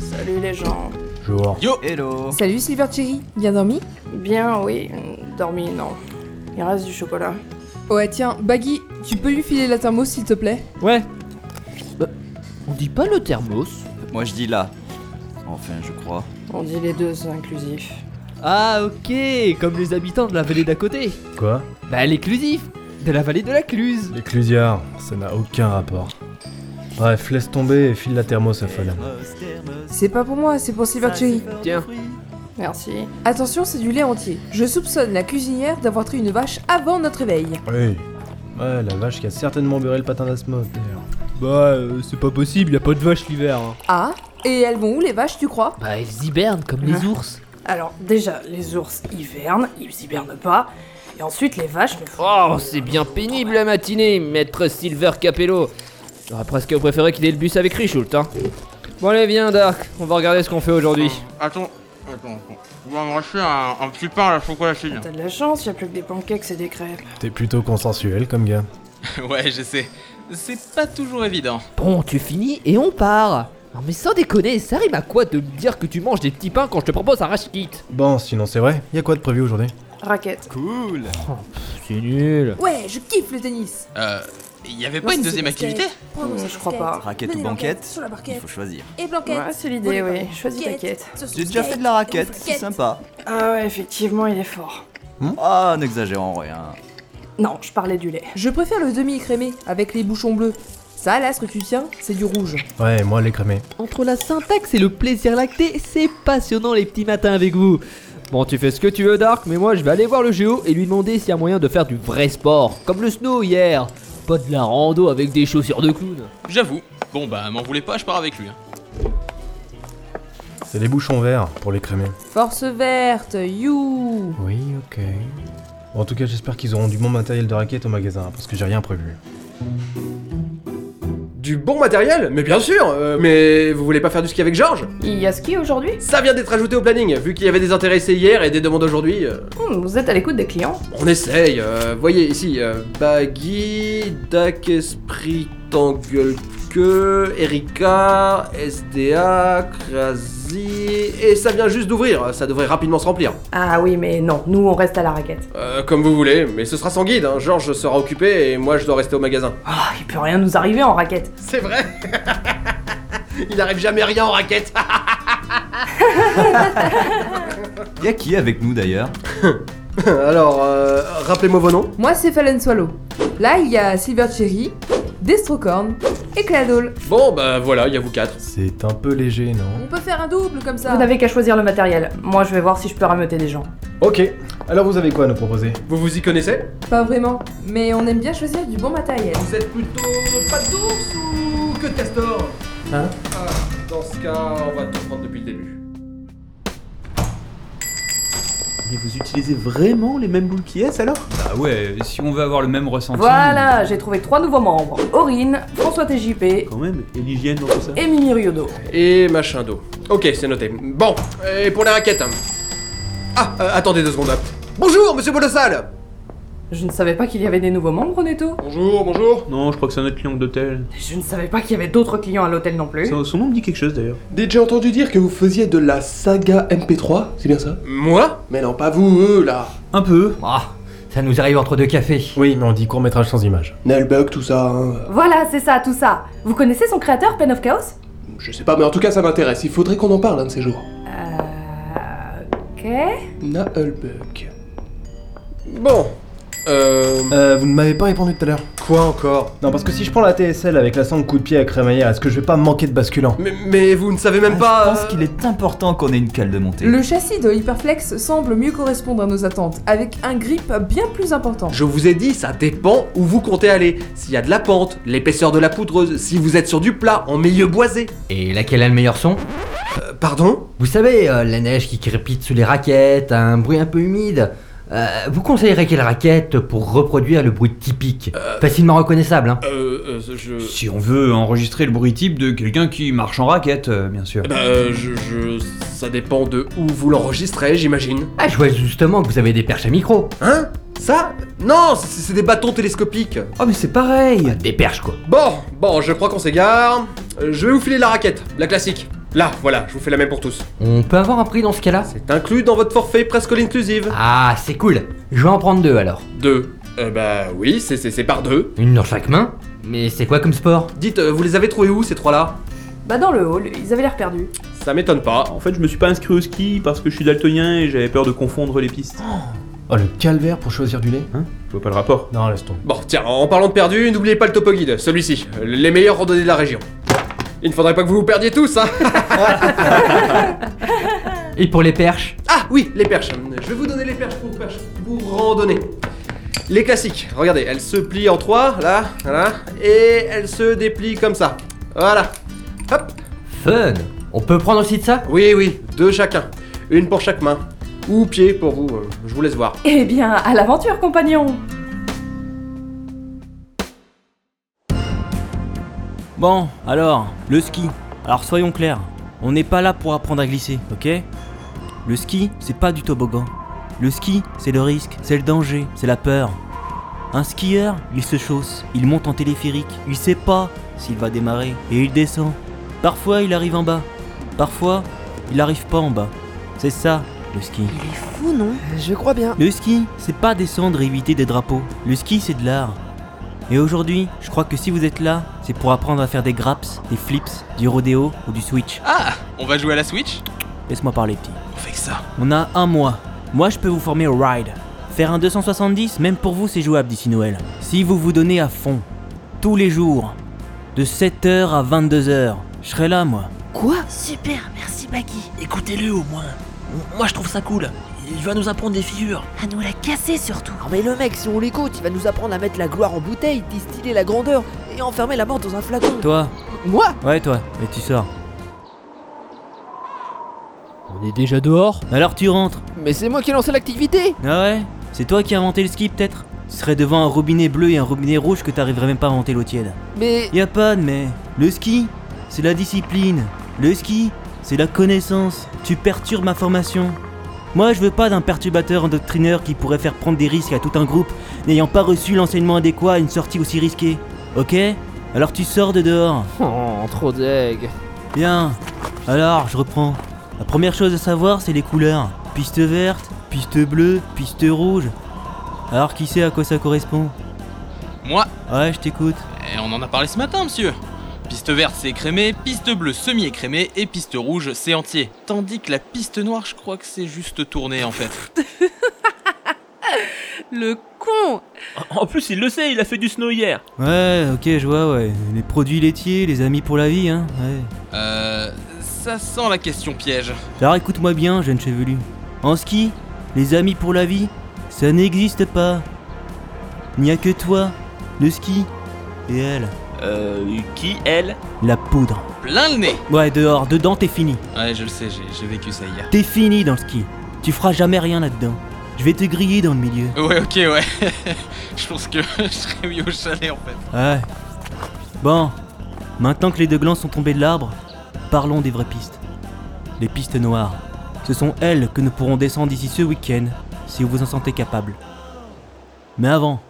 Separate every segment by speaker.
Speaker 1: Salut les gens.
Speaker 2: Bonjour.
Speaker 3: Yo
Speaker 4: Hello
Speaker 5: Salut Silver Cherry, bien dormi
Speaker 1: Bien, oui. Dormi, non. Il reste du chocolat.
Speaker 5: Ouais tiens, Baggy, tu peux lui filer la thermos s'il te plaît
Speaker 6: Ouais.
Speaker 7: Bah,
Speaker 6: on dit pas le thermos
Speaker 4: Moi je dis là. Enfin je crois.
Speaker 1: On dit les deux, c'est inclusif.
Speaker 6: Ah ok, comme les habitants de la vallée d'à côté.
Speaker 2: Quoi
Speaker 6: Bah l'éclusif de la vallée de la Cluse.
Speaker 2: Les clusiards, ça n'a aucun rapport. Bref, laisse tomber et file la thermos à Fallen.
Speaker 5: C'est pas pour moi, c'est pour Silver Cherry.
Speaker 6: Tiens.
Speaker 1: Merci.
Speaker 5: Attention, c'est du lait entier. Je soupçonne la cuisinière d'avoir pris une vache avant notre éveil.
Speaker 2: Oui. Ouais, la vache qui a certainement beurré le patin d'Asmod, d'ailleurs.
Speaker 6: Bah euh, c'est pas possible, y a pas de vache l'hiver. hein.
Speaker 5: Ah Et elles vont où les vaches, tu crois
Speaker 7: Bah, ils hibernent comme les ours.
Speaker 1: Alors, déjà, les ours hivernent, ils hibernent pas. Et ensuite, les vaches ne font.
Speaker 7: Oh, c'est bien pénible la matinée, maître Silver Capello. J'aurais presque préféré qu'il ait le bus avec Richult, hein. Bon, allez, viens, Dark, on va regarder ce qu'on fait aujourd'hui.
Speaker 8: Attends, attends, attends. On va me racheter un, un petit pain à la
Speaker 3: Oh,
Speaker 8: chocolatine.
Speaker 1: T'as de la chance, y a plus que des pancakes et des crêpes.
Speaker 2: T'es plutôt consensuel comme gars.
Speaker 3: Ouais, je sais. C'est pas toujours évident.
Speaker 6: Bon, tu finis
Speaker 7: Et on part Non, mais sans déconner, ça rime à quoi de me dire que tu manges des petits pains quand je te propose un rashkit
Speaker 2: Bon, sinon c'est vrai, y a quoi de prévu aujourd'hui
Speaker 1: Raquette.
Speaker 3: Cool
Speaker 6: C'est nul.
Speaker 5: Ouais, je kiffe le tennis
Speaker 3: Euh. Il y avait pas une deuxième activité
Speaker 1: Mmh, je crois pas.
Speaker 4: Raquette ou banquette Il faut choisir.
Speaker 5: Et blanquette
Speaker 1: Ouais, c'est l'idée, oui. Choisis ta quête.
Speaker 4: J'ai déjà fait de la raquette, c'est sympa.
Speaker 1: Ah ouais, effectivement, il est fort.
Speaker 4: Ah, n'exagérons rien.
Speaker 1: Non, je parlais du lait.
Speaker 5: Je préfère le demi-écrémé, avec les bouchons bleus. Ça, là, ce que tu tiens, c'est du rouge.
Speaker 2: Ouais, moi les crémés.
Speaker 6: Entre la syntaxe et le plaisir lacté, c'est passionnant les petits matins avec vous. Bon, tu fais ce que tu veux, Dark, mais moi je vais aller voir le géo et lui demander s'il y a moyen de faire du vrai sport, comme le snow hier. Pas de la rando avec des chaussures de clown.
Speaker 3: J'avoue. Bon bah, m'en voulez pas, je pars avec lui. hein.
Speaker 2: C'est les bouchons verts pour les crémés.
Speaker 5: Force verte, you
Speaker 2: Oui, ok. Bon, en tout cas, j'espère qu'ils auront du bon matériel de raquette au magasin, hein, parce que j'ai rien prévu.
Speaker 9: Du bon matériel Mais bien sûr euh, Mais vous voulez pas faire du ski avec Georges
Speaker 1: Il y a ski aujourd'hui
Speaker 9: Ça vient d'être ajouté au planning, vu qu'il y avait des intéressés hier et des demandes aujourd'hui. euh,
Speaker 1: Hmm, Vous êtes à l'écoute des clients
Speaker 9: on essaye, euh, voyez ici, euh, Baggy, Dak Esprit Tanguelque, Erika, SDA, Krasi, et ça vient juste d'ouvrir, ça devrait rapidement se remplir.
Speaker 1: Ah oui, mais non, nous on reste à la raquette.
Speaker 9: Euh, comme vous voulez, mais ce sera sans guide, hein. Georges sera occupé et moi je dois rester au magasin.
Speaker 1: Ah, il peut rien nous arriver en raquette.
Speaker 9: C'est vrai Il arrive jamais rien en raquette
Speaker 4: Y'a qui avec nous d'ailleurs
Speaker 9: Alors, euh, rappelez-moi vos noms.
Speaker 5: Moi, c'est Fallen Swallow. Là, il y a Silver Cherry, Destrocorn et Cladol.
Speaker 9: Bon, bah voilà, il y a vous quatre.
Speaker 2: C'est un peu léger, non
Speaker 5: On peut faire un double comme ça
Speaker 1: Vous n'avez qu'à choisir le matériel. Moi, je vais voir si je peux rameuter des gens.
Speaker 2: Ok, alors vous avez quoi à nous proposer
Speaker 9: Vous vous y connaissez
Speaker 5: Pas vraiment, mais on aime bien choisir du bon matériel.
Speaker 9: Vous êtes plutôt pas d'ours ou que de castor
Speaker 2: Hein
Speaker 9: Ah, dans ce cas, on va tout prendre depuis le début.
Speaker 10: Mais vous utilisez vraiment les mêmes boules pièces alors
Speaker 11: Bah ouais, si on veut avoir le même ressenti.
Speaker 1: Voilà, j'ai trouvé trois nouveaux membres. Aurine, François TJP et
Speaker 10: Quand même, et l'hygiène dans tout ça
Speaker 1: Émilie Riodo.
Speaker 9: Et machin d'eau. Ok, c'est noté. Bon, et pour les raquettes hein. Ah, euh, attendez deux secondes. Bonjour, monsieur Bolossal
Speaker 1: Je ne savais pas qu'il y avait des nouveaux membres, Neto.
Speaker 9: Bonjour, bonjour
Speaker 10: Non, je crois que c'est un autre client d'hôtel.
Speaker 1: Je ne savais pas qu'il y avait d'autres clients à l'hôtel non plus.
Speaker 10: Son, son nom me dit quelque chose d'ailleurs.
Speaker 9: Déjà entendu dire que vous faisiez de la saga MP3, c'est bien ça Moi Mais non, pas vous, eux, là
Speaker 10: Un peu.
Speaker 7: Ah, ça nous arrive entre deux cafés.
Speaker 2: Oui, mais on dit court-métrage sans image.
Speaker 9: Nelbug, tout ça, hein.
Speaker 1: Voilà, c'est ça, tout ça. Vous connaissez son créateur, Pen of Chaos
Speaker 9: Je sais pas, mais en tout cas, ça m'intéresse. Il faudrait qu'on en parle un de ces jours.
Speaker 1: Euh. Ok.
Speaker 9: Naelbug. Bon. Euh.
Speaker 2: Euh, vous ne m'avez pas répondu tout à l'heure.
Speaker 9: Quoi encore
Speaker 2: Non, parce que si je prends la TSL avec la sangle coup de pied à crémaillère, est-ce que je vais pas manquer de basculant
Speaker 9: mais, mais vous ne savez même pas.
Speaker 4: Ah,
Speaker 9: euh.
Speaker 4: Je pense qu'il est important qu'on ait une cale de montée.
Speaker 5: Le châssis de Hyperflex semble mieux correspondre à nos attentes, avec un grip bien plus important.
Speaker 9: Je vous ai dit, ça dépend où vous comptez aller. S'il y a de la pente, l'épaisseur de la poudreuse, si vous êtes sur du plat, en milieu boisé.
Speaker 7: Et laquelle a le meilleur son
Speaker 9: Euh, pardon
Speaker 7: Vous savez, euh, la neige qui crépite sous les raquettes, un bruit un peu humide. Euh, vous conseillerez quelle raquette pour reproduire le bruit typique Facilement reconnaissable, hein
Speaker 9: Euh, euh, je.
Speaker 11: Si on veut enregistrer le bruit type de quelqu'un qui marche en raquette, euh, bien sûr.
Speaker 9: Eh ben, euh, je, je. Ça dépend de où vous l'enregistrez, j'imagine.
Speaker 7: Ah, je vois justement que vous avez des perches à micro.
Speaker 9: Hein Ça Non, c'est c'est des bâtons télescopiques.
Speaker 11: Oh mais c'est pareil
Speaker 7: Ah, Des perches, quoi.
Speaker 9: Bon, bon, je crois qu'on s'égare. Euh, Je vais vous filer la raquette, la classique. Là, voilà, je vous fais la même pour tous.
Speaker 7: On peut avoir un prix dans ce cas-là
Speaker 9: C'est inclus dans votre forfait presque l'inclusive.
Speaker 7: Ah, c'est cool. Je vais en prendre deux alors.
Speaker 9: Deux. Euh, bah oui, c'est- c'est c'est par deux.
Speaker 7: Une dans chaque main Mais c'est quoi comme sport
Speaker 9: Dites, euh, vous les avez trouvés où ces trois-là
Speaker 1: Bah dans le hall, ils avaient l'air perdus.
Speaker 9: Ça m'étonne pas.
Speaker 10: En fait, je me suis pas inscrit au ski parce que je suis daltonien et j'avais peur de confondre les pistes.
Speaker 2: Oh, le calvaire pour choisir du lait Hein
Speaker 10: Je vois pas le rapport.
Speaker 2: Non, laisse tomber.
Speaker 9: Bon, tiens, en parlant de perdu, n'oubliez pas le topo guide, celui-ci, euh, les meilleurs randonnées de la région. Il ne faudrait pas que vous vous perdiez tous, hein
Speaker 7: Et pour les perches
Speaker 9: Ah oui, les perches. Je vais vous donner les perches pour perches pour randonner. Les classiques, regardez, elles se plient en trois, là, voilà, et elles se déplient comme ça. Voilà. Hop
Speaker 7: Fun On peut prendre aussi de ça
Speaker 9: Oui, oui, deux chacun. Une pour chaque main. Ou pied pour vous, euh, je vous laisse voir.
Speaker 1: Eh bien, à l'aventure, compagnon
Speaker 12: Bon, alors, le ski. Alors soyons clairs, on n'est pas là pour apprendre à glisser, ok Le ski, c'est pas du toboggan. Le ski, c'est le risque, c'est le danger, c'est la peur. Un skieur, il se chausse, il monte en téléphérique, il sait pas s'il va démarrer, et il descend. Parfois, il arrive en bas. Parfois, il arrive pas en bas. C'est ça, le ski.
Speaker 13: Fou, non Je crois bien.
Speaker 12: Le ski, c'est pas descendre et éviter des drapeaux. Le ski, c'est de l'art. Et aujourd'hui, je crois que si vous êtes là, c'est pour apprendre à faire des graps, des flips, du rodéo ou du switch.
Speaker 3: Ah On va jouer à la Switch
Speaker 12: Laisse-moi parler, petit.
Speaker 3: On fait que ça.
Speaker 12: On a un mois. Moi, je peux vous former au ride. Faire un 270, même pour vous, c'est jouable d'ici Noël. Si vous vous donnez à fond, tous les jours, de 7h à 22h, je serai là, moi.
Speaker 13: Quoi Super, merci Baggy. Écoutez-le au moins. Moi je trouve ça cool. Il va nous apprendre des figures. À nous la casser surtout. Non mais le mec, si on l'écoute, il va nous apprendre à mettre la gloire en bouteille, distiller la grandeur et enfermer la mort dans un flacon.
Speaker 12: Toi
Speaker 13: Moi
Speaker 12: Ouais, toi, et tu sors.
Speaker 6: On est déjà dehors
Speaker 12: Alors tu rentres.
Speaker 13: Mais c'est moi qui ai lancé l'activité
Speaker 12: Ah ouais C'est toi qui as inventé le ski, peut-être Tu serais devant un robinet bleu et un robinet rouge que t'arriverais même pas à inventer l'eau tiède.
Speaker 13: Mais.
Speaker 12: Y a pas de mais. Le ski, c'est la discipline. Le ski, c'est la connaissance. Tu perturbes ma formation. Moi, je veux pas d'un perturbateur endoctrineur qui pourrait faire prendre des risques à tout un groupe, n'ayant pas reçu l'enseignement adéquat à une sortie aussi risquée. Ok Alors tu sors de dehors.
Speaker 6: Oh, trop deg.
Speaker 12: Bien. Alors, je reprends. La première chose à savoir, c'est les couleurs. Piste verte, piste bleue, piste rouge. Alors, qui sait à quoi ça correspond
Speaker 3: Moi
Speaker 12: Ouais, je t'écoute.
Speaker 3: Et on en a parlé ce matin, monsieur. Piste verte, c'est écrémé, piste bleue, semi-écrémé, et piste rouge, c'est entier. Tandis que la piste noire, je crois que c'est juste tourné, en fait.
Speaker 13: Le con
Speaker 14: En plus, il le sait, il a fait du snow hier.
Speaker 12: Ouais, ok, je vois, ouais. Les produits laitiers, les amis pour la vie, hein. Ouais.
Speaker 3: Euh. Ça sent la question piège.
Speaker 12: Alors écoute-moi bien, jeune chevelu. En ski, les amis pour la vie, ça n'existe pas. Il n'y a que toi, le ski, et elle,
Speaker 14: Euh, qui, elle
Speaker 12: la poudre.
Speaker 3: Plein le nez
Speaker 12: Ouais, dehors, dedans, t'es fini.
Speaker 3: Ouais, je le sais, j'ai j'ai vécu ça hier.
Speaker 12: T'es fini dans le ski. Tu feras jamais rien là-dedans. Je vais te griller dans le milieu.
Speaker 3: Ouais, ok, ouais. je pense que je serais mieux au chalet, en fait.
Speaker 12: Ouais. Bon, maintenant que les deux glands sont tombés de l'arbre, parlons des vraies pistes. Les pistes noires. Ce sont elles que nous pourrons descendre ici ce week-end, si vous vous en sentez capable. Mais avant,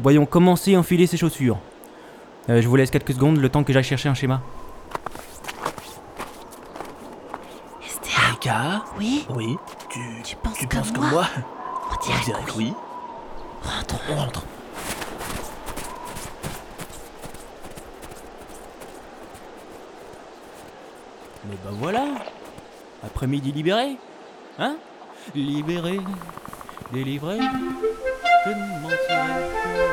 Speaker 12: voyons commencer à enfiler ces chaussures. Euh, je vous laisse quelques secondes, le temps que j'aille chercher un schéma.
Speaker 14: Rika
Speaker 13: Oui
Speaker 14: Oui Tu, tu
Speaker 13: penses,
Speaker 14: tu
Speaker 13: comme
Speaker 14: penses
Speaker 13: moi
Speaker 14: moi
Speaker 13: On dirait que
Speaker 14: oui. Rentre, on rentre.
Speaker 12: Mais bah voilà Après-midi libéré Hein Libéré, délivré, je ne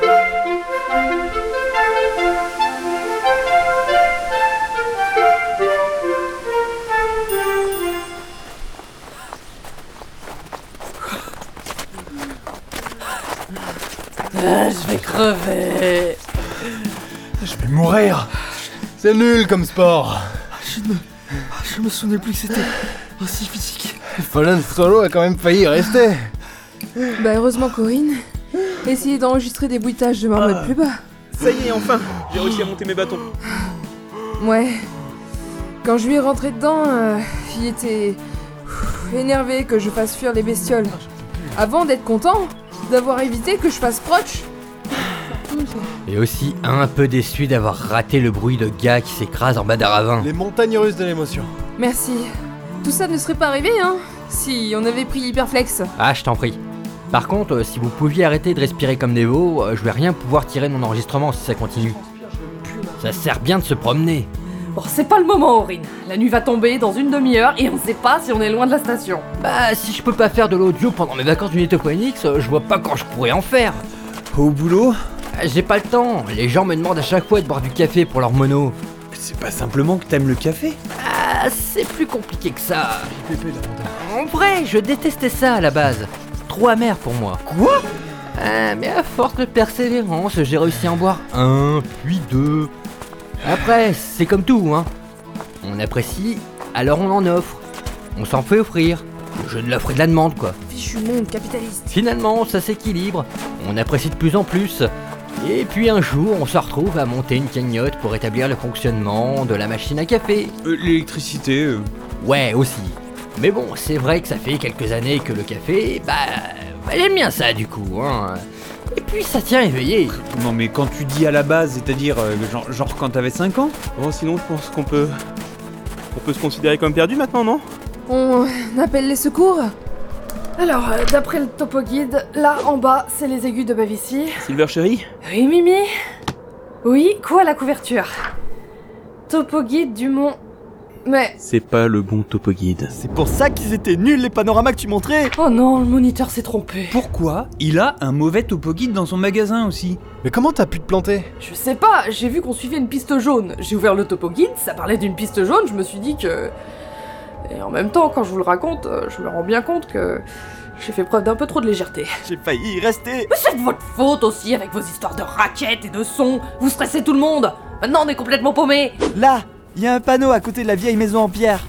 Speaker 1: Ah, je vais crever
Speaker 2: Je vais mourir C'est nul comme sport
Speaker 15: Je ne... Je me souvenais plus que c'était aussi physique.
Speaker 2: Fallen Solo a quand même failli y rester
Speaker 5: Bah heureusement Corinne. Essayez d'enregistrer des bruitages de
Speaker 13: Ah.
Speaker 5: marmotte plus bas.
Speaker 10: Ça y est, enfin J'ai réussi à monter mes bâtons.
Speaker 5: Ouais. Quand je lui ai rentré dedans, euh, il était pff, énervé que je fasse fuir les bestioles. Avant d'être content d'avoir évité que je fasse proche.
Speaker 7: Et aussi un peu déçu d'avoir raté le bruit de gars qui s'écrase en bas d'un ravin.
Speaker 2: Les montagnes russes de l'émotion.
Speaker 5: Merci. Tout ça ne serait pas arrivé, hein Si on avait pris Hyperflex.
Speaker 7: Ah, je t'en prie. Par contre, euh, si vous pouviez arrêter de respirer comme des veaux, euh, je vais rien pouvoir tirer mon enregistrement si ça continue. Ça sert bien de se promener.
Speaker 1: Bon, c'est pas le moment, Aurine. La nuit va tomber dans une demi-heure et on sait pas si on est loin de la station.
Speaker 7: Bah, si je peux pas faire de l'audio pendant mes vacances d'unitoponics, je vois pas quand je pourrais en faire. Au boulot J'ai pas le temps. Les gens me demandent à chaque fois de boire du café pour leur mono. C'est pas simplement que t'aimes le café Ah, c'est plus compliqué que ça. En vrai, je détestais ça à la base. Trop amer pour moi. Quoi Mais à force de persévérance, j'ai réussi à en boire un, puis deux. Après, c'est comme tout, hein. On apprécie, alors on en offre. On s'en fait offrir. Je ne l'offre et de la demande, quoi.
Speaker 5: Fichu monde capitaliste.
Speaker 7: Finalement, ça s'équilibre, on apprécie de plus en plus. Et puis un jour, on se retrouve à monter une cagnotte pour établir le fonctionnement de la machine à café. L'électricité. Ouais, aussi. Mais bon, c'est vrai que ça fait quelques années que le café, bah, bah, j'aime bien ça du coup. Hein. Et puis ça tient éveillé.
Speaker 11: Non mais quand tu dis à la base, c'est-à-dire euh, genre, genre quand t'avais 5 ans
Speaker 14: Bon, Oh, sinon, je pense qu'on peut. On peut se considérer comme perdu maintenant, non
Speaker 5: On appelle les secours
Speaker 1: Alors, euh, d'après le topo guide, là en bas, c'est les aigus de Bavici.
Speaker 14: Silver Chéri
Speaker 1: Oui, Mimi Oui, quoi la couverture Topo guide du mont. Mais.
Speaker 14: C'est pas le bon topo guide. C'est
Speaker 15: Pour ça qu'ils étaient nuls les panoramas que tu montrais
Speaker 1: Oh non, le moniteur s'est trompé.
Speaker 11: Pourquoi Il a un mauvais topo guide dans son magasin aussi. Mais comment t'as pu te planter
Speaker 1: Je sais pas, j'ai vu qu'on suivait une piste jaune. J'ai ouvert le topo guide, ça parlait d'une piste jaune, je me suis dit que. Et en même temps, quand je vous le raconte, euh, je me rends bien compte que. J'ai fait preuve d'un peu trop de légèreté.
Speaker 15: J'ai failli y rester
Speaker 1: Mais c'est de votre faute aussi avec vos histoires de raquettes et de sons Vous stressez tout le monde Maintenant on est complètement paumé
Speaker 15: Là, il y a un panneau à côté de la vieille maison en pierre.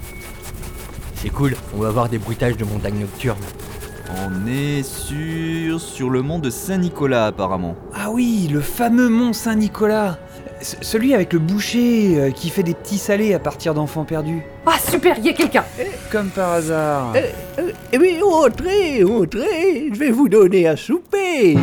Speaker 7: C'est cool, on va avoir des bruitages de montagne nocturne.
Speaker 4: On est sur, sur le mont de Saint-Nicolas apparemment.
Speaker 11: Ah oui, le fameux mont Saint-Nicolas C- Celui avec le boucher euh, qui fait des petits salés à partir d'enfants perdus.
Speaker 1: Ah super, y a quelqu'un
Speaker 11: Comme par hasard.
Speaker 16: Eh, eh, eh bien, entrez, entrez, je vais vous donner à souper.